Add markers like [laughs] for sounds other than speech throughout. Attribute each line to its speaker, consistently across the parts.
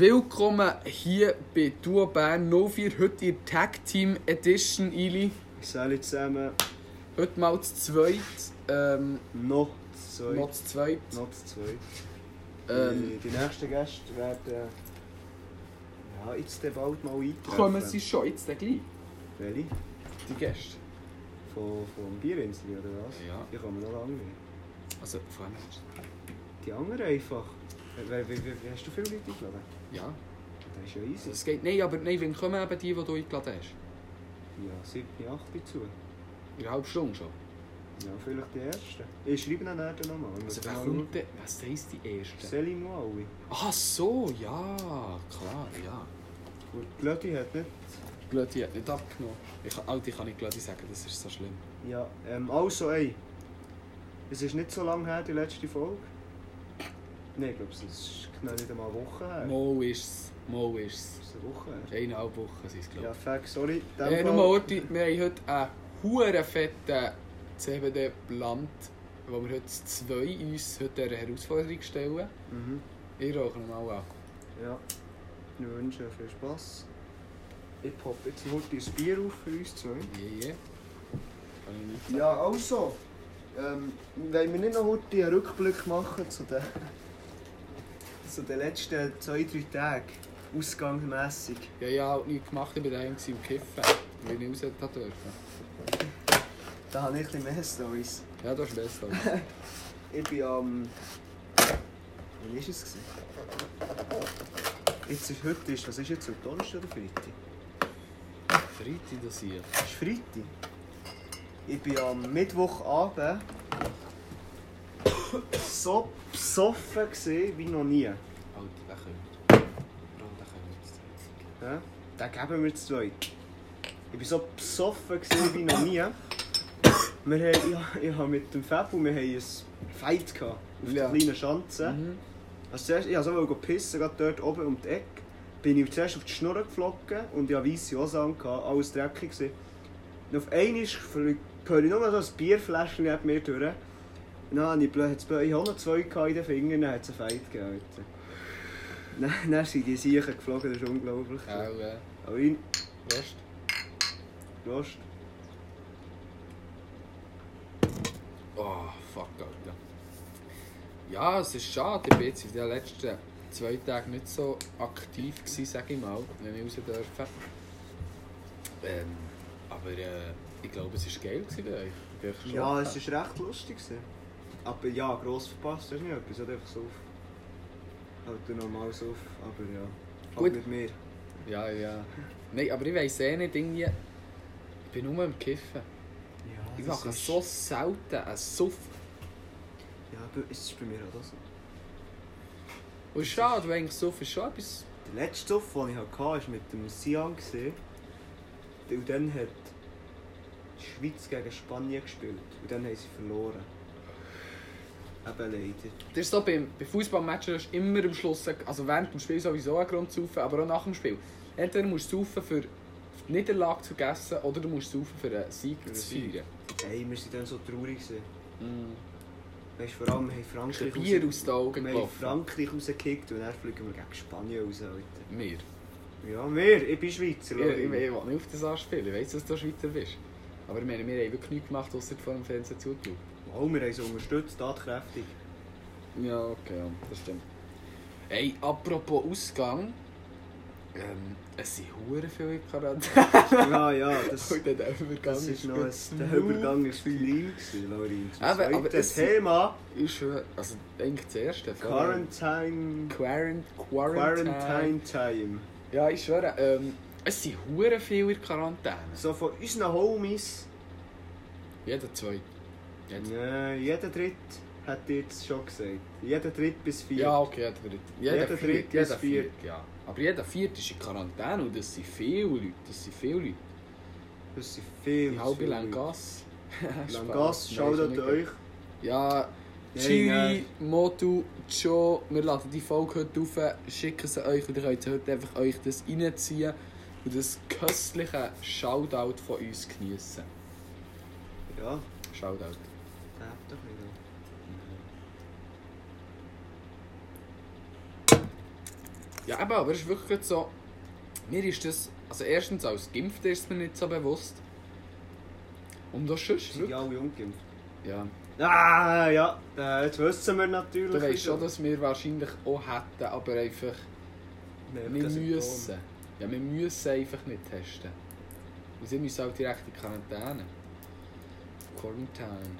Speaker 1: Willkommen hier bei Duo Bern 04, heute in der Tag Team Edition, Ili.
Speaker 2: Salut zusammen,
Speaker 1: Heute mal zu zweit, ähm, mal
Speaker 2: noch zwei.
Speaker 1: zu zweit.
Speaker 2: Noch zwei.
Speaker 1: Ähm,
Speaker 2: die, die nächsten Gäste werden ja, jetzt dann bald mal eintreffen.
Speaker 1: kommen sie schon jetzt dann gleich,
Speaker 2: Welche?
Speaker 1: die Gäste?
Speaker 2: Von, vom Bierinsel oder was?
Speaker 1: Ja.
Speaker 2: Die kommen noch lange nicht.
Speaker 1: Also, vor allem,
Speaker 2: Die anderen einfach. Wer, wer, wer, wer hast du viele Leute eingeladen?
Speaker 1: ja,
Speaker 2: Das ist ja easy.
Speaker 1: es geht, nein, aber nein, wann kommen eben die, die du eingeladen hast?
Speaker 2: Ja, siebte, achte zu.
Speaker 1: In einer halben Stunde schon.
Speaker 2: Ja, vielleicht die ersten. Ich schreibe ihnen nachher nochmal. Ich
Speaker 1: Also,
Speaker 2: muss
Speaker 1: wer
Speaker 2: mal
Speaker 1: kommt denn, was heisst die
Speaker 2: schauen.
Speaker 1: Erste?
Speaker 2: Selim Wawi.
Speaker 1: Ach so, ja, klar, ja.
Speaker 2: Gut, die Glöti hat nicht...
Speaker 1: Glöti hat nicht abgenommen. Ich, Alti kann nicht Glöti sagen, das ist so schlimm.
Speaker 2: Ja, ähm, also ey, es ist nicht so lange her, die letzte Folge. Nein, ich glaube, es ist genau nicht einmal eine Woche her.
Speaker 1: Mo ist's, Mo ist's.
Speaker 2: Ist es eine Woche her?
Speaker 1: Eineinhalb Wochen sind es,
Speaker 2: Ja,
Speaker 1: glaube
Speaker 2: fuck, sorry. in
Speaker 1: ich.
Speaker 2: dem
Speaker 1: Äh,
Speaker 2: Fall-
Speaker 1: nur Orti, wir haben heute einen huren fetten CBD-Plant, wo wir heute zwei uns heute eine Herausforderung stellen.
Speaker 2: Mhm.
Speaker 1: Ich rauche ihn mal an.
Speaker 2: Ja, wir wünschen viel Spass. Ich pop jetzt nur das Bier auf für uns zwei.
Speaker 1: Yeah, yeah. Kann ich nicht sagen.
Speaker 2: Ja, also, ähm, wollen wir nicht noch heute einen Rückblick machen zu den, zu den letzten zwei, drei Tagen? Ausgangsmässig.
Speaker 1: Ja, ja, halt nichts gemacht, ich war daheim gewesen und kiffen, weil ich raus hätte dürfen.
Speaker 2: Da habe ich ein bisschen mehr Storys.
Speaker 1: Ja, das ist besser.
Speaker 2: Ich bin am. Wann war es? Jetzt ist heute, ist, was ist jetzt, heute Donnerstag oder Freitag?
Speaker 1: Freitag das hier.
Speaker 2: Es ist Freitag. Ich bin am Mittwochabend so besoffen gewesen, wie noch nie.
Speaker 1: Alti, der kommt. Bro, der kommt jetzt.
Speaker 2: Ja? Den geben wir zu zweit. Ich war so besoffen gewesen, wie noch nie. Wir haben, ja, ich habe mit dem Fabu wir haben ein Fight gehabt, auf
Speaker 1: Ja.
Speaker 2: der kleinen Schanze.
Speaker 1: Mhm.
Speaker 2: Also zuerst, ich wollte so pissen, gerade dort oben um die Ecke. Bin ich zuerst auf die Schnur geflogen und ich hatte weisse Hose an, alles dreckig. gewesen. Und auf einmal fliegt- höre ich nur so ein Bierfläschchen neben mir durch. Und dann hatte ich, blöd, hat's blöd- ich hatte noch zwei gehabt in den Fingern, dann hat es einen Fight gegeben. Alter. Dann, dann sind die Siechen geflogen, das ist unglaublich.
Speaker 1: Auch, äh,
Speaker 2: Aber ich,
Speaker 1: Prost.
Speaker 2: Prost.
Speaker 1: Oh, fuck, Alter. Ja, es ist schade, ich war jetzt in den letzten zwei Tagen nicht so aktiv, gewesen, sag ich mal, wenn ich raus dürfen. Ähm, aber äh, ich glaube, es war geil gewesen bei euch. Ich bin echt
Speaker 2: Ja,
Speaker 1: geschockt.
Speaker 2: es war recht lustig. gewesen. Aber ja, gross verpasst, das ist nicht etwas, halt einfach so auf. Halt normal so auf, aber ja.
Speaker 1: Gut.
Speaker 2: Halt mit mir.
Speaker 1: Ja, ja. Nein, aber ich weiss eh nicht, irgendwie... Ich bin nur am Kiffen.
Speaker 2: Ja,
Speaker 1: Ich
Speaker 2: das
Speaker 1: mache
Speaker 2: ist-
Speaker 1: so selten einen Suff.
Speaker 2: Ja, aber es ist bei mir auch so.
Speaker 1: Und schade, weil eigentlich Suff ist schon etwas...
Speaker 2: Der letzte Suff, den ich hatte, war mit dem Sian. gewesen. Und dann hat die Schweiz gegen Spanien gespielt. Und dann haben sie verloren. Eben leider.
Speaker 1: Das ist so, beim, bei Fußballmatchen hast du immer am Schluss, also während dem Spiel sowieso einen Grund zu saufen, aber auch nach dem Spiel. Entweder musst du saufen, für die Niederlage zu vergessen, oder du musst saufen, für einen Sieg
Speaker 2: Für einen
Speaker 1: zu
Speaker 2: Sieg.
Speaker 1: feiern.
Speaker 2: Ey, wir waren dann so traurig. gewesen.
Speaker 1: Mm.
Speaker 2: Weißt du, vor allem wir haben
Speaker 1: Ist ein
Speaker 2: Frankreich
Speaker 1: Bier aus den Augen
Speaker 2: Wir haben
Speaker 1: gelaufen.
Speaker 2: Frankreich rausgekickt und dann fliegen wir gegen Spanien raus. Alter.
Speaker 1: Mir.
Speaker 2: Ja, wir, ich bin Schweizer.
Speaker 1: Ich, ich, ich will nicht auf das anspielen, ich weiss, dass du Schweizer bist. Aber ich meine, wir haben wirklich nichts gemacht, außer vor dem Fernseher zugeschaut.
Speaker 2: Oh, wir haben sie unterstützt,
Speaker 1: [laughs]
Speaker 2: tatkräftig.
Speaker 1: Ja, okay, ja, das stimmt. Ey, apropos Ausgang. Ähm, es sind Huren viele in Quarantäne. [laughs]
Speaker 2: ja, ja, das...
Speaker 1: Und der Übergang
Speaker 2: Das ist noch
Speaker 1: gut.
Speaker 2: ein, der Übergang ist klein gewesen, Laurin. Zum
Speaker 1: Aber- aber
Speaker 2: zweiten
Speaker 1: es-
Speaker 2: Thema
Speaker 1: Ist schon, also eigentlich das erste.
Speaker 2: Quarantine,
Speaker 1: Quarant, Quarantine.
Speaker 2: Quarantine Time.
Speaker 1: Ja, ich schwöre, ähm, es sind hure viele in der Quarantäne.
Speaker 2: So von unseren Homies,
Speaker 1: Jeder zweite. Jeder.
Speaker 2: äh, jeder dritt hat jetzt schon gesagt. Jeder dritt bis vier.
Speaker 1: Ja, okay, jeder dritte. Jeder,
Speaker 2: Jeder
Speaker 1: vierte,
Speaker 2: dritte
Speaker 1: jeder
Speaker 2: ist vier.
Speaker 1: vierte, ja. Aber jeder vierte ist in Quarantäne und das sind viele Leute. Das sind viele Leute.
Speaker 2: Das sind viel.
Speaker 1: Die halbe Langasse. [laughs] Spaß.
Speaker 2: Langas,
Speaker 1: Nein,
Speaker 2: schaut
Speaker 1: ist
Speaker 2: an
Speaker 1: nicht
Speaker 2: euch.
Speaker 1: Ja,
Speaker 2: Nein,
Speaker 1: Chili,
Speaker 2: nein.
Speaker 1: Motu, Joe, wir laden die Folge heute rauf, schicken sie euch und ihr könnt heute einfach euch das reinziehen und das köstliche Shoutout von uns geniessen.
Speaker 2: Ja,
Speaker 1: Shoutout.
Speaker 2: der hat doch nicht.
Speaker 1: Ja, eben, aber es ist wirklich so. Mir ist das. Also, erstens, als Geimpfter ist es mir nicht so bewusst. Und das ist
Speaker 2: Sind die alle ungeimpft?
Speaker 1: Ja.
Speaker 2: Ah, ja, äh, jetzt wissen wir natürlich.
Speaker 1: Du weißt schon, dass wir wahrscheinlich auch hätten, aber einfach.
Speaker 2: Wir
Speaker 1: Wir müssen. Ja, wir müssen einfach nicht testen. Und sie müssen halt direkt in Quarantäne. Quarantäne.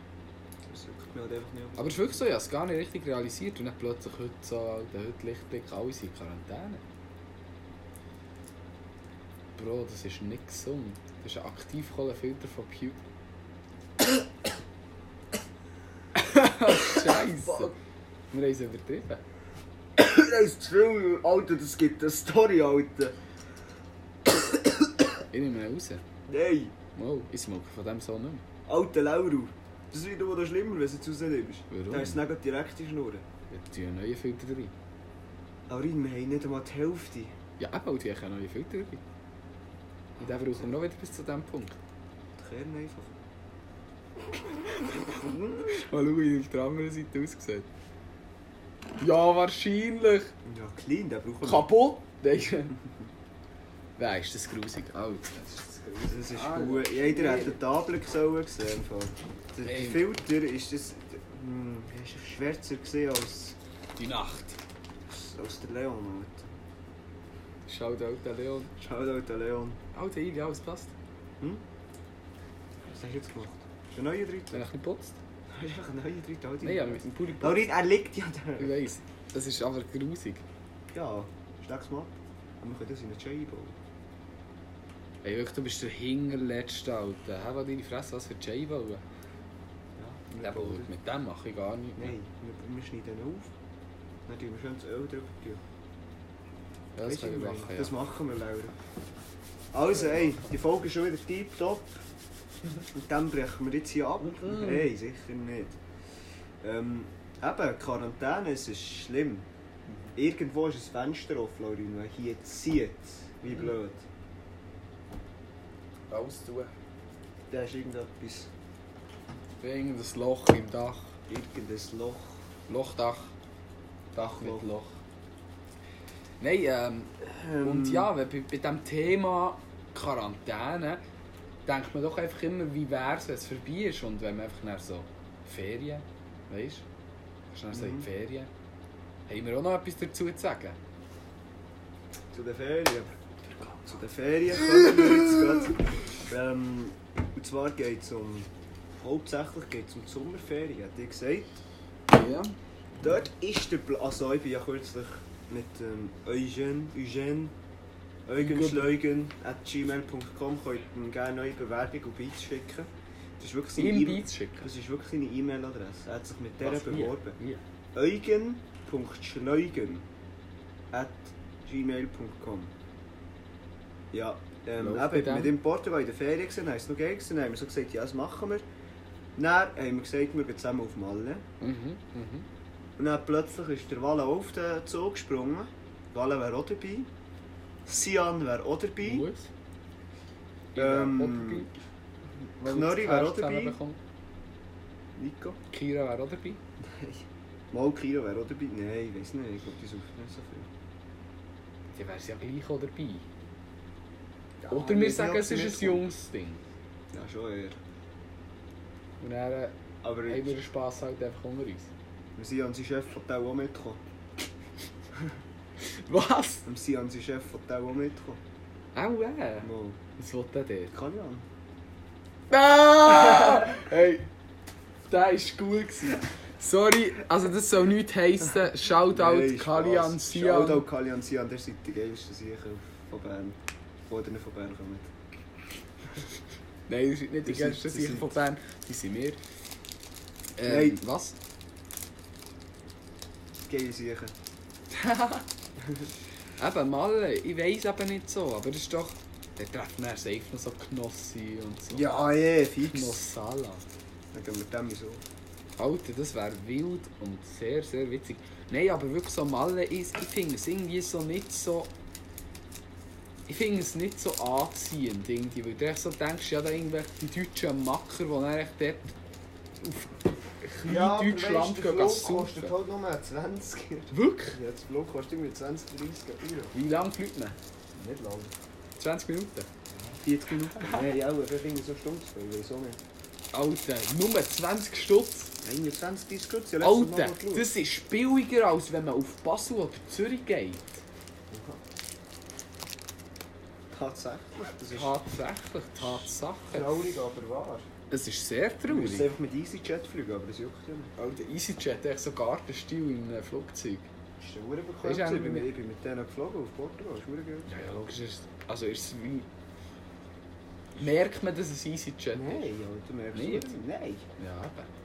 Speaker 2: Das juckt mich halt einfach nicht.
Speaker 1: Aber es ist wirklich so, ich habe es gar nicht richtig realisiert. Und dann plötzlich heute so, Alter, heute Lichtblick, alle sind in Quarantäne. Bro, das ist nicht gesund. Das ist ein Aktivkohlenfilter von Pew. Scheiße. Wir haben es übertrieben.
Speaker 2: Das ist schlimm, Alter, das gibt eine Story, Alter.
Speaker 1: Ich nehme ihn raus.
Speaker 2: Nein,
Speaker 1: Wow, ich smoke von dem so nicht mehr.
Speaker 2: alter Lauro. Das wird immer noch schlimmer, wenn du es rausnimmst.
Speaker 1: Warum?
Speaker 2: Dann ist es nicht gleich direkt in die Schnur.
Speaker 1: Ich tue einen neuen Filter rein.
Speaker 2: Aber wir haben nicht einmal die Hälfte.
Speaker 1: Ja, aber die haben neue Filter rein. Und den brauchen wir noch wieder bis zu diesem [laughs] Punkt.
Speaker 2: Die Kerne einfach.
Speaker 1: Mal schauen, wie auf der anderen Seite aussieht. Ja, wahrscheinlich.
Speaker 2: Ja, klein, der braucht man.
Speaker 1: Kaputt? [laughs] Nein. Nein, ist das grusig. Alter.
Speaker 2: Das ist
Speaker 1: Ah,
Speaker 2: gut. Jeder hätte die Tafel gesehen. gesehen. im Fall. Der
Speaker 1: Ey.
Speaker 2: Filter ist das. Hm, er ist schwärzer gesehen als,
Speaker 1: Die Nacht.
Speaker 2: als der Leon, Alter.
Speaker 1: Schau da der Leon.
Speaker 2: Schau da, der Leon.
Speaker 1: Alter, Ivi, alles passt.
Speaker 2: Was hast du jetzt gemacht? Ist ein neuer Dritter?
Speaker 1: Wenn ich nicht putzt.
Speaker 2: Das ist einfach [laughs] ein neuer Dritter, Alter.
Speaker 1: Nein, ja, mit dem Pulli
Speaker 2: Laurin, er liegt ja
Speaker 1: Ich
Speaker 2: da.
Speaker 1: weiss. Das ist aber grusig.
Speaker 2: Ja, steck's mal ab. Aber wir können das in eine Chai bauen.
Speaker 1: Ey, wirklich, du bist der Hingerletzte, Alter. Hä, was deine Fresse, was für Jay bauen?
Speaker 2: Ja.
Speaker 1: Ja, aber mit dem mache ich gar nichts mehr.
Speaker 2: Nein, wir, wir schneiden ihn auf. Dann tun wir schön das Öl drüber. tun.
Speaker 1: Ja, das
Speaker 2: Weißt du,
Speaker 1: kann ich
Speaker 2: was ich
Speaker 1: machen, ja.
Speaker 2: meine? Das machen wir, Laura. Also, ey, die Folge ist schon wieder tiptop. Und dann brechen wir jetzt hier ab.
Speaker 1: Mhm.
Speaker 2: Hey, sicher nicht. Ähm, eben, Quarantäne, es ist schlimm. Irgendwo ist ein Fenster offen, Laurin, weil hier zieht Wie
Speaker 1: Mhm.
Speaker 2: blöd.
Speaker 1: Alles tun.
Speaker 2: Da ist irgendetwas,
Speaker 1: Irgendein Loch im Dach.
Speaker 2: irgendein Loch.
Speaker 1: Lochdach. Dach
Speaker 2: Loch.
Speaker 1: mit Loch. Nein, ähm, und ja, wenn- bei, bei diesem Thema Quarantäne denkt man doch einfach immer, wie wäre es, wenn es vorbei ist und wenn man einfach nach so Ferien, weißt du? Kannst du dann so in
Speaker 2: Mhm.
Speaker 1: die Ferien? Haben wir auch noch etwas dazu zu sagen?
Speaker 2: Zu den Ferien. Zu den Ferien kommen wir jetzt gerade. Ähm, und zwar geht es um. Hauptsächlich geht es um die Sommerferien, hat ich gesagt.
Speaker 1: Ja.
Speaker 2: Dort ist der Plan. Also, ich bin ja kürzlich mit ähm, Eugen, Eugen, Eugen
Speaker 1: Gut.
Speaker 2: Schleugen at gmail.com könnt ihr ihm gerne neue Bewerbung und Beats schicken. Das ist wirklich seine
Speaker 1: Im
Speaker 2: E-Mail-
Speaker 1: Beat schicken.
Speaker 2: das ist wirklich seine E-Mail-Adresse. Er hat sich mit der
Speaker 1: Was, hier?
Speaker 2: beworben.
Speaker 1: Hier.
Speaker 2: Eugen.schleugen at gmail.com Ja, ähm,
Speaker 1: Läuft bei
Speaker 2: eben,
Speaker 1: dem?
Speaker 2: mit dem Portugal in der Ferien gesehen, haben es noch geil gesehen, haben wir so gesagt, ja, das machen wir. Dann haben wir gesagt, wir gehen zusammen auf Malle.
Speaker 1: Mhm, mhm.
Speaker 2: Und dann plötzlich ist der Walla auf den Zug gesprungen. Walla wäre auch dabei. Sian wäre auch dabei.
Speaker 1: Muss.
Speaker 2: Ähm,
Speaker 1: Wenn
Speaker 2: Knorri
Speaker 1: das
Speaker 2: wäre
Speaker 1: Herz
Speaker 2: auch dabei.
Speaker 1: zusammenbekommt.
Speaker 2: Nico?
Speaker 1: Kira wäre auch dabei.
Speaker 2: Mal Kiro wäre auch dabei. Nein, ich weiß nicht, ich glaube, die sucht nicht so viel.
Speaker 1: Dann wäre ja gleich auch dabei.
Speaker 2: Ja,
Speaker 1: Oder
Speaker 2: ich
Speaker 1: wir
Speaker 2: weiß
Speaker 1: sagen,
Speaker 2: nicht,
Speaker 1: es
Speaker 2: ob sie
Speaker 1: ist ein
Speaker 2: mitkommt.
Speaker 1: junges Ding.
Speaker 2: Ja, schon eher.
Speaker 1: Und dann äh,
Speaker 2: Aber
Speaker 1: haben wir den
Speaker 2: wir
Speaker 1: Spass halt einfach unter
Speaker 2: [laughs]
Speaker 1: uns.
Speaker 2: sind an sein Chefhotel auch mitgekommen.
Speaker 1: Was?
Speaker 2: Wir sind an sein Chefhotel auch mitgekommen.
Speaker 1: Au äh.
Speaker 2: Mal.
Speaker 1: Was will der der?
Speaker 2: Kann ja.
Speaker 1: Ah! [laughs] Hey, der ist gut gewesen. Sorry, also das soll nichts heissen. Shoutout
Speaker 2: Nein, Spaß.
Speaker 1: Kalian Sian.
Speaker 2: Shoutout Kalian Sian, der seid die geilsten sicher von Bern. Wo ihr nicht von Bern kommt.
Speaker 1: Nein, das sind nicht die
Speaker 2: Die sind-
Speaker 1: ganzen
Speaker 2: die
Speaker 1: Sicher
Speaker 2: sind-
Speaker 1: von Bern. Die sind wir. Ähm,
Speaker 2: Nein.
Speaker 1: was?
Speaker 2: Geile sicher.
Speaker 1: Eben, Malle, ich weiss eben nicht so, aber das ist doch... Der treffen dann safe noch so Knossi und so.
Speaker 2: Ja, eh, fix.
Speaker 1: Knossala.
Speaker 2: Dann gehen wir dem so.
Speaker 1: Alter, das wäre wild und sehr, sehr witzig. Nein, aber wirklich so Malle ist, ich finde es irgendwie so nicht so. Ich finde es nicht so anziehend, irgendwie, weil du echt so denkst, ja, da irgendwelche die deutschen Macker, die dann echt dort auf kleinen
Speaker 2: Ja, aber
Speaker 1: Deutschland
Speaker 2: weisst, der
Speaker 1: gehen
Speaker 2: Flug
Speaker 1: saufen.
Speaker 2: kostet halt nur mehr 20. Ja,
Speaker 1: Wirklich?
Speaker 2: das Flug kostet irgendwie 20, 30 Euro.
Speaker 1: Wie lange fliegt man?
Speaker 2: Nicht lang.
Speaker 1: 20 Minuten?
Speaker 2: 40 Minuten? Nein, ja, aber vielleicht irgendwie so Stunden zu viel, wieso nicht?
Speaker 1: Alter, nur 20 Stutz.
Speaker 2: Ja, irgendwie 20, 30 Stutz, ja letztes Mal
Speaker 1: Alter,
Speaker 2: mal geschaut.
Speaker 1: das ist billiger als wenn man auf Basel oder Zürich geht.
Speaker 2: Tatsächlich, das ist
Speaker 1: Tatsächlich, Tatsache.
Speaker 2: traurig, aber wahr.
Speaker 1: Es ist sehr
Speaker 2: Du musst
Speaker 1: traurig.
Speaker 2: einfach mit EasyJet fliegen, aber das juckt ja nicht.
Speaker 1: Alter, EasyJet hat so Gartenstil in einem Flugzeug.
Speaker 2: Das ist der Uhr
Speaker 1: Ist
Speaker 2: bekommen.
Speaker 1: auch
Speaker 2: Ich
Speaker 1: nicht
Speaker 2: bin mit- ich bin mit denen geflogen auf Portugal, das ist verdammt geil.
Speaker 1: Ja, ja, logisch ist Also ist es wie... Merkt man, dass es EasyJet ist?
Speaker 2: Nein, Alter, merkst du
Speaker 1: Nicht?
Speaker 2: nicht. Nein.
Speaker 1: Ja, eben.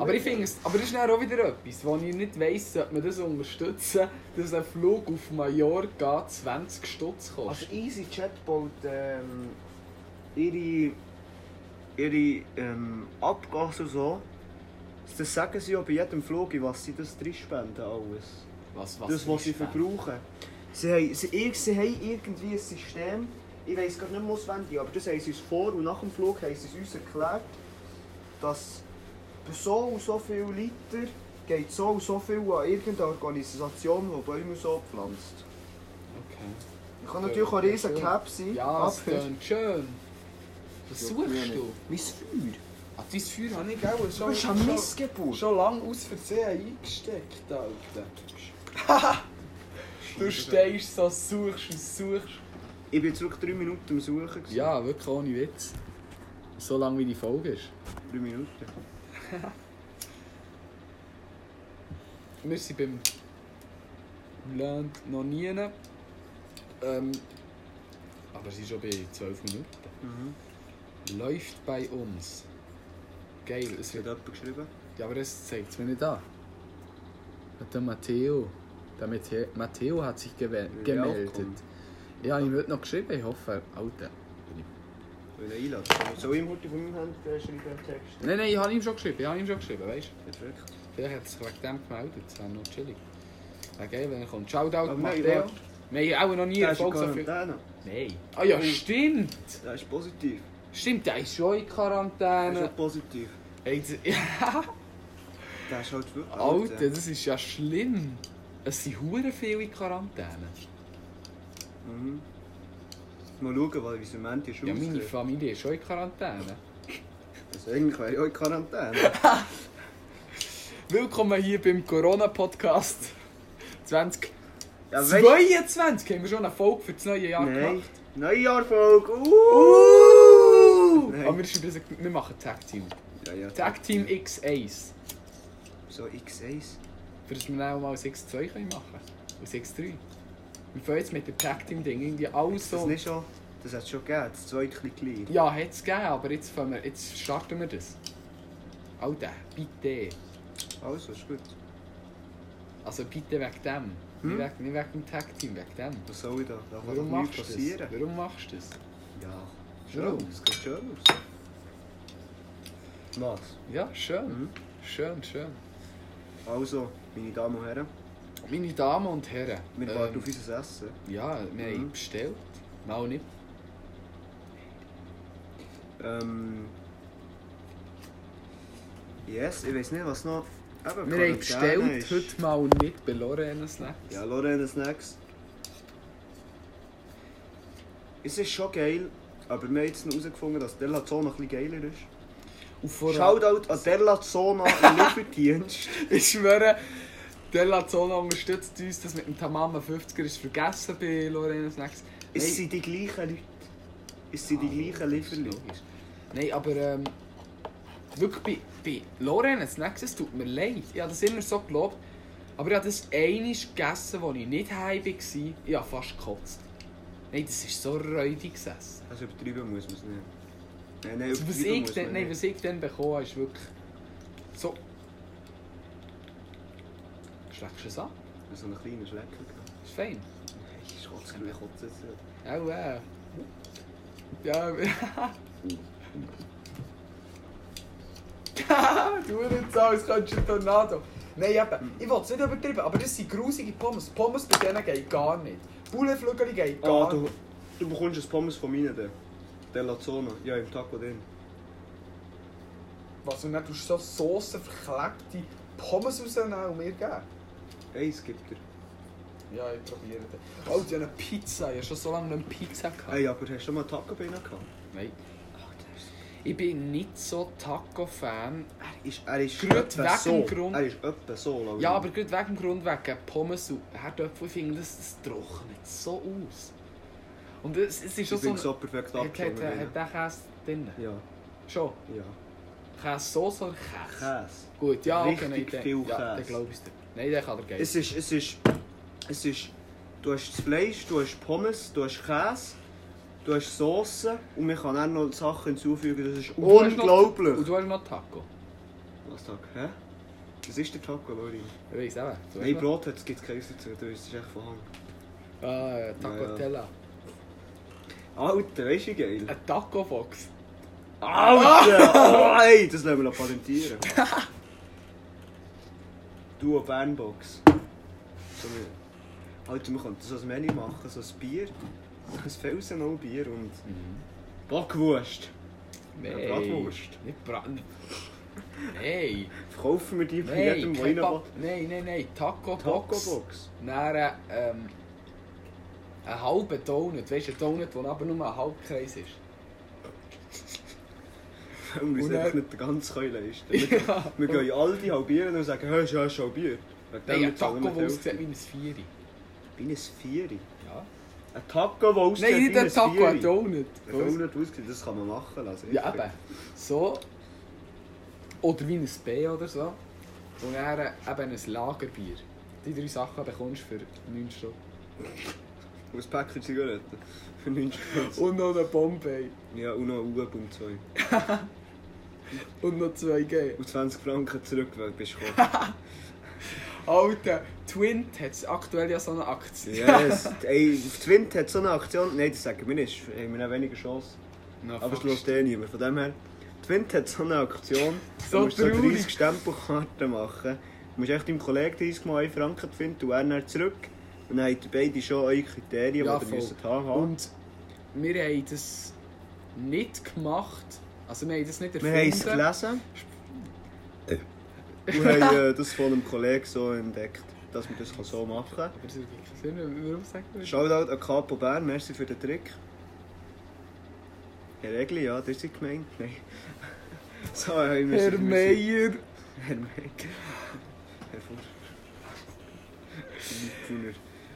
Speaker 1: Aber ich finde es, aber das ist dann auch wieder etwas, wo ich nicht weiss, ob man das unterstützen, dass ein Flug auf Mallorca 20 Stutz
Speaker 2: Also
Speaker 1: kostet.
Speaker 2: EasyJet baut ähm, ihre, ihre ähm, Abgase und so. Das sagen sie ja bei jedem Flug, in was sie das drin spenden alles.
Speaker 1: was, was
Speaker 2: das, was sie
Speaker 1: ist denn?
Speaker 2: verbrauchen. Sie haben, sie, irg- sie haben irgendwie ein System, ich weiß gar nicht mehr auswendig, aber das haben sie uns vor und nach dem Flug haben sie es uns erklärt, dass bei so und so viel Liter geht so und so viel an irgendeine Organisation, die Bäume und so pflanzt.
Speaker 1: Okay.
Speaker 2: Ich kann natürlich auch ein riesen Cap sein,
Speaker 1: Ja, es
Speaker 2: aber-
Speaker 1: tönt schön. Was
Speaker 2: Ja,
Speaker 1: suchst
Speaker 2: grüne.
Speaker 1: du?
Speaker 2: Mein Feuer?
Speaker 1: Ah, dein Feuer habe ich auch
Speaker 2: Du
Speaker 1: schon,
Speaker 2: bist eine
Speaker 1: schon,
Speaker 2: Missgeburt.
Speaker 1: schon lange aus Versehen eingesteckt, Alter. [laughs] Du stehst so, suchst und suchst.
Speaker 2: Ich bin zurück drei Minuten am Suchen. gewesen.
Speaker 1: Ja, wirklich ohne Witz. So lange wie die Folge ist.
Speaker 2: Drei Minuten.
Speaker 1: Wir sind beim Land noch nie. Ähm, aber es ist schon bei 12 Minuten.
Speaker 2: Mhm.
Speaker 1: Läuft bei uns. Geil, es
Speaker 2: Das hat
Speaker 1: wird.
Speaker 2: jemand geschrieben.
Speaker 1: Ja, aber das zeigt es mir nicht an. Und Der Matteo. Der Mate Matteo hat sich gewe-
Speaker 2: Will ich auch
Speaker 1: gemeldet.
Speaker 2: kommen?
Speaker 1: Ja, ich habe noch geschrieben, ich hoffe. Alter.
Speaker 2: Will er einladen? Soll ich ihm heute von meinem Hand äh, schreiben einen Text?
Speaker 1: Nein, nein, ich habe ihm schon geschrieben, ich habe ihm schon geschrieben, weißt du?
Speaker 2: Perfekt.
Speaker 1: Vielleicht hat er sich wegen dem gemeldet, das wäre noch chillig. Wäre geil, wenn er kommt. Shoutout,
Speaker 2: Aber nein,
Speaker 1: Matteo.
Speaker 2: warte.
Speaker 1: Wir haben auch noch nie
Speaker 2: Der ist in
Speaker 1: Erfolg so viel.
Speaker 2: Quarantäne.
Speaker 1: Nein. Ah ja,
Speaker 2: Oh.
Speaker 1: stimmt!
Speaker 2: Der ist positiv.
Speaker 1: Stimmt, der ist schon in
Speaker 2: Der ist
Speaker 1: Quarantäne.
Speaker 2: auch positiv.
Speaker 1: Ey,
Speaker 2: [laughs]
Speaker 1: das-
Speaker 2: Der ist halt wirklich...
Speaker 1: Alter, das ist ja schlimm. Es sind hure viele in Quarantäne.
Speaker 2: Mhm. Mal schauen, weil wie Ment ist
Speaker 1: Ja, meine
Speaker 2: rausgekommen.
Speaker 1: Familie ist schon in Quarantäne.
Speaker 2: Also eigentlich wäre ich auch in Quarantäne.
Speaker 1: Willkommen hier beim Corona-Podcast 2022.
Speaker 2: Ja,
Speaker 1: Haben wir schon eine Folge für das neue Jahr
Speaker 2: Nein.
Speaker 1: gemacht?
Speaker 2: Neujahrfolge! Uh!
Speaker 1: Uh!
Speaker 2: Nein.
Speaker 1: Aber wir, sind besser- wir machen Tag Team.
Speaker 2: Ja, ja.
Speaker 1: Tag Team X1.
Speaker 2: So X1.
Speaker 1: Für das wir dann auch mal 6-2 können machen Und 6-3. Wir fangen jetzt mit dem Tag Team Ding irgendwie alles
Speaker 2: Das
Speaker 1: so.
Speaker 2: nicht schon... Das hat es schon gegeben. Das zweite ein bisschen gleich.
Speaker 1: Ja, hat es gegeben, aber jetzt, fangen wir, jetzt starten wir das. Alter, bitte.
Speaker 2: Also, ist gut.
Speaker 1: Also bitte wegen dem. Nicht,
Speaker 2: Hm?
Speaker 1: wegen, nicht wegen dem Tag Team, wegen dem.
Speaker 2: Was soll ich da? Da kann doch
Speaker 1: Warum
Speaker 2: nichts
Speaker 1: machst du
Speaker 2: passieren.
Speaker 1: das? Warum machst du das?
Speaker 2: Ja,
Speaker 1: Warum?
Speaker 2: schön. Es geht schön aus. Was?
Speaker 1: Ja, schön.
Speaker 2: Mhm.
Speaker 1: Schön, schön.
Speaker 2: Also, meine Damen und Herren,
Speaker 1: Meine Damen und Herren.
Speaker 2: wir
Speaker 1: ähm,
Speaker 2: warten auf unser Essen.
Speaker 1: Ja, wir haben
Speaker 2: Mhm.
Speaker 1: bestellt. Mal nicht.
Speaker 2: Ähm. Yes, ich weiß nicht, was noch. Eben,
Speaker 1: Wir
Speaker 2: Quarantäne
Speaker 1: haben bestellt,
Speaker 2: ist-
Speaker 1: heute mal nicht bei Lorena Snacks.
Speaker 2: Ja, Lorena Snacks. Es ist schon geil, aber wir haben jetzt noch herausgefunden, dass Della Zona ein bisschen geiler ist.
Speaker 1: Und vor allem,
Speaker 2: dus. Shoutout an Della Zona im Lieferdienst.
Speaker 1: [laughs] ich schwöre, Della Zona unterstützt uns, das mit dem Tamama 50er ist vergessen bei Lorena Snacks.
Speaker 2: Es
Speaker 1: Nein.
Speaker 2: sind die gleichen Leute. Es sind die gleichen Lieferleute.
Speaker 1: Ah, Logisch. Nein, aber ähm, wirklich bei, bei Lorraine Snacks, es tut mir leid. Ich habe das immer so gelobt. Aber ich habe das einmal gegessen, als ich nicht heim war. Ich habe fast gekotzt. Nein, das ist so räudig gesessen.
Speaker 2: Also übertreiben muss man es nicht. Nein, nein,
Speaker 1: Also, was,
Speaker 2: übertreiben
Speaker 1: ich
Speaker 2: muss
Speaker 1: dann,
Speaker 2: man
Speaker 1: nein,
Speaker 2: nicht.
Speaker 1: was ich dann bekommen habe, ist wirklich so... Schlägst du es an?
Speaker 2: So einen kleinen Schlecker. gehabt.
Speaker 1: Ist fein.
Speaker 2: Nein, ich kotze mich kotze jetzt. nicht.
Speaker 1: Au, äh. Ja, [laughs] Du nicht so, als könntest du einen Tornado. Nein, eben, ich will es nicht übertreiben, aber das sind grusige Pommes. Pommes bei denen gehen gar nicht. Bullenflügel gehen
Speaker 2: Ah,
Speaker 1: gar
Speaker 2: du,
Speaker 1: nicht.
Speaker 2: du bekommst ein Pommes von meinen. Der Lazona. Ja, im Taco den.
Speaker 3: Was? Und dann tust du so Soße verklebte Pommes rausnehmen
Speaker 1: nou
Speaker 3: und mir geben?
Speaker 2: Eins gibt er.
Speaker 3: Ja, ich probiere das.
Speaker 1: Oh, die haben eine Pizza. Ich habe schon so lange nicht mehr Pizza gehabt.
Speaker 2: Ey, aber hast du mal Taco Bell gehabt?
Speaker 1: Nein. Ich bin nicht so Taco-Fan.
Speaker 2: Er ist, er ist
Speaker 1: Gerade
Speaker 2: etwa
Speaker 1: wegen
Speaker 2: so.
Speaker 1: dem Grund-
Speaker 2: Er ist etwa so, Laurin.
Speaker 1: Ja, aber gerade wegen dem Grund, wegen Pommes und Herdöpfel, ich finde, das, das trocknet so aus. Und es, es ist
Speaker 2: Ich
Speaker 1: schon
Speaker 2: bin
Speaker 1: so...
Speaker 2: so perfekt
Speaker 1: Hat, hat,
Speaker 2: abgeschoben.
Speaker 1: hat der Käse drin?
Speaker 2: Ja,
Speaker 1: Schon.
Speaker 2: ja.
Speaker 1: Käsesoße oder Käse?
Speaker 2: Käse.
Speaker 1: Gut, ja, okay,
Speaker 2: Richtig
Speaker 1: nein, dann-
Speaker 2: viel
Speaker 1: Ja,
Speaker 2: Käse.
Speaker 1: dann glaube ich dir. Nein, der kann der Geist.
Speaker 2: Es ist, es ist, es ist, du hast das Fleisch, du hast Pommes, du hast Käse, du hast Soße und man kann auch noch Sachen hinzufügen, das ist
Speaker 1: Und du hast noch- Und
Speaker 2: unglaublich.
Speaker 1: du hast noch Taco.
Speaker 2: Was sag, hä? Was ist der Taco, Laurin?
Speaker 1: Ich weiß eben. Du hast
Speaker 2: Nein,
Speaker 1: noch-
Speaker 2: Brot gibt es keins dazu, du bist echt vorhanden.
Speaker 1: Ah, äh,
Speaker 2: Ja, ja.
Speaker 1: Tacotella.
Speaker 2: Alter, weißt du wie geil?
Speaker 1: Ein Taco-Fox.
Speaker 2: Alter! Oh, ey, das lassen wir noch patentieren.
Speaker 1: [laughs]
Speaker 2: du, eine Bernbox. So eine- Alter, man könnte so ein Menü machen, so ein Bier, so ein Felsenau-Bier und
Speaker 1: Mhm.
Speaker 2: Bockwurst.
Speaker 1: Nein.
Speaker 2: Bratwurst.
Speaker 1: Nicht Brat...
Speaker 2: [laughs]
Speaker 1: Nein.
Speaker 2: Verkaufen wir die von jedem,
Speaker 1: Nein,
Speaker 2: der
Speaker 1: Kebab.
Speaker 2: reinkommt.
Speaker 1: Nein, nein, nein. Taco-Box.
Speaker 2: Taco-Box.
Speaker 1: Dann äh, ähm... Einen halben Donut. Weißt du, ein Donut, der aber nur ein Halbkreis ist.
Speaker 2: Wenn wir uns
Speaker 1: Und
Speaker 2: einfach
Speaker 1: dann-
Speaker 2: nicht ganz können leisten
Speaker 1: [laughs]
Speaker 2: Wir, wir gehen in Aldi halbieren und sagen, hörst du, hast du Bier? Wegen
Speaker 1: Nein, ein
Speaker 2: bezahlen wir die
Speaker 1: Taco-Box
Speaker 2: Hälfte.
Speaker 1: sieht wie ein Vieri.
Speaker 2: Ich bin ein Vieri.
Speaker 1: Ja.
Speaker 2: Ein Taco-Wurst
Speaker 1: Nein, nicht ein Taco, ein Donut.
Speaker 2: Ein Donut ausgesehen, das kann man machen also lassen.
Speaker 1: Ja, eben. So. Oder wie ein B oder so. Und dann äh, eben ein Lagerbier. Die drei Sachen bekommst du für 9 Stunden.
Speaker 2: Und ein Päckchen Zigaretten. [laughs] Für 90 Franken.
Speaker 1: Und noch eine Bombay.
Speaker 2: Ja, und noch eine Uhr und zwei.
Speaker 1: Und noch 2G.
Speaker 2: Und 20 Franken zurück, weil du bist
Speaker 1: [laughs]
Speaker 2: gekommen.
Speaker 1: Alter, Twint hat aktuell ja so eine Aktie.
Speaker 2: Yes! Ey, Twint hat so eine Aktion... Nein, das sagen wir nicht, haben wir auch weniger Chance.
Speaker 1: No,
Speaker 2: Aber es
Speaker 1: fuck.
Speaker 2: läuft eh niemand. Von dem her, Twint hat so eine Aktion,
Speaker 1: So
Speaker 2: du musst so
Speaker 1: traurig.
Speaker 2: 30 Stempelkarten machen. Du musst echt deinem Kollegen 30 Mal 1 Franken finden und er dann zurück. Und dann habt ihr beide schon eure Kriterien,
Speaker 1: Ja,
Speaker 2: die ihr
Speaker 1: voll.
Speaker 2: müsst haben müsst.
Speaker 1: Und wir haben das nicht gemacht. Also wir haben das nicht
Speaker 2: Wir
Speaker 1: erfunden.
Speaker 2: haben es
Speaker 1: [laughs]
Speaker 2: gelesen. und haben äh, das von einem Kollegen so entdeckt, dass man das so machen kann.
Speaker 1: Aber es ist wirklich Sinn, warum sagen wir das?
Speaker 2: Shoutout an Capo Bern, merci für den Trick. Herr Egli, ja, das ist gemeint. [laughs] Nein. So, ja, wir sind- wir
Speaker 1: Herr
Speaker 2: sind-
Speaker 1: Meier.
Speaker 2: Herr Meg. Herr Vor. Liebhuner.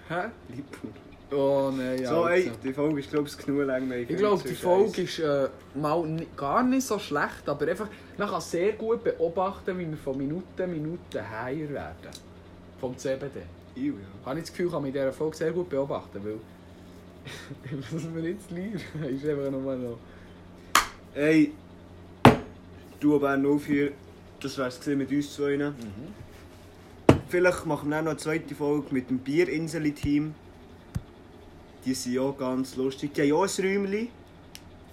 Speaker 1: Hä?
Speaker 2: Liebhuner.
Speaker 1: Oh nein, ja.
Speaker 2: so, ey, die Folge ist, glaube ich, genug lang. wir
Speaker 1: Ich
Speaker 2: können
Speaker 1: glaube,
Speaker 2: zu
Speaker 1: die
Speaker 2: Scheiss.
Speaker 1: Folge ist äh, mal ni- gar nicht so schlecht, aber einfach, man kann sehr gut beobachten, wie wir von Minuten Minuten heier werden. Vom CBD.
Speaker 2: Iu, ja.
Speaker 1: Habe ich das Gefühl, kann man in dieser Folge sehr gut beobachten, [laughs] weil. Was wir jetzt [laughs] lernen, ist einfach nochmal noch.
Speaker 2: Ey, du Bern 04, das wär's gewesen mit uns zwei.
Speaker 1: Mhm.
Speaker 2: Vielleicht machen wir dann noch eine zweite Folge mit dem Bierinseli-Team. Die sind ja ganz lustig. Die haben ja auch ein Räumchen.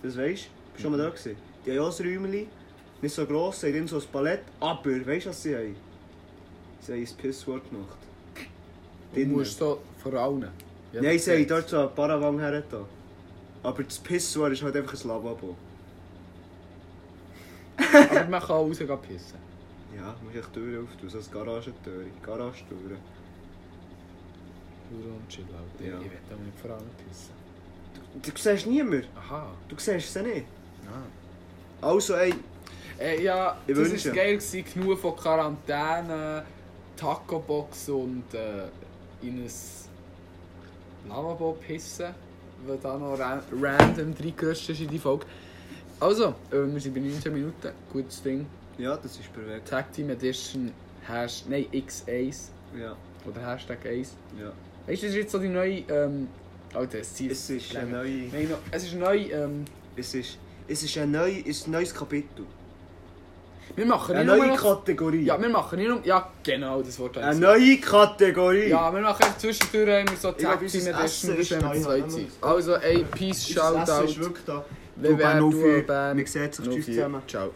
Speaker 2: Das weißt du? Bist du schon mal
Speaker 1: Mhm.
Speaker 2: da gewesen? Die haben ja auch ein Räumchen. Nicht so gross, haben dann so ein Palett. Aber, weißt du, was sie haben? Sie haben ein Pisswort gemacht.
Speaker 1: Du
Speaker 2: Drinnen.
Speaker 1: musst so vor allen. Ja,
Speaker 2: Nein,
Speaker 1: das
Speaker 2: sie haben
Speaker 1: geht's.
Speaker 2: dort so einen Paravang her. da. Aber das Pisswort ist halt einfach ein Lavabo.
Speaker 1: Aber man kann auch raus gehen pissen.
Speaker 2: Ja, muss ich die Tür öffnen, so eine Garagentür, Garagentür.
Speaker 1: Pur und chill out.
Speaker 2: Ja.
Speaker 1: Ich will auch nicht vor allen pissen.
Speaker 2: Du, du siehst niemanden,
Speaker 1: Aha.
Speaker 2: du siehst sie nicht.
Speaker 1: Ah.
Speaker 2: Also ey,
Speaker 1: Äh, ja,
Speaker 2: Ich
Speaker 1: das
Speaker 2: wünsche.
Speaker 1: war geil, gewesen, genug von Quarantäne, Taco-Box und äh, in ein Lavabo pissen, weil da noch ra random reingehörst ist in die Folge. Also, äh, wir sind bei 19 Minuten, gutes Ding.
Speaker 2: ja, das ist perfekt.
Speaker 1: Tag Team Edition, Hash nein, X1
Speaker 2: Ja,
Speaker 1: oder Hashtag 1.
Speaker 2: ja.
Speaker 1: Weißt du, das ist jetzt so die neue, ähm, Alter, es zieht-
Speaker 2: Es ist eine neue,
Speaker 1: Nein, no, es ist neu, ähm,
Speaker 2: es ist, es ist ein neues, ist ein neues Kapitel,
Speaker 1: wir machen
Speaker 2: eine
Speaker 1: nicht nur
Speaker 2: neue
Speaker 1: noch...
Speaker 2: Kategorie,
Speaker 1: Ja, wir machen nicht nur... Ja, genau, das Wort habe ich
Speaker 2: eine neue Kategorie.
Speaker 1: Ja, wir machen echt zwischendurch immer so
Speaker 2: glaub,
Speaker 1: Tag Team
Speaker 2: unser Essen
Speaker 1: Edition, das
Speaker 2: ist
Speaker 1: haben wir
Speaker 2: neu,
Speaker 1: zwei
Speaker 2: haben wir
Speaker 1: Zeit.
Speaker 2: gesagt.
Speaker 1: Also, ey, Peace,
Speaker 2: Unser Essen ist
Speaker 1: Shoutout.
Speaker 2: wirklich da.
Speaker 1: Wir
Speaker 2: Du, Bern
Speaker 1: werden
Speaker 2: 04.
Speaker 1: Bern.
Speaker 2: Wir sehen uns,
Speaker 1: 04.
Speaker 2: tschüss zusammen.
Speaker 1: Ciao.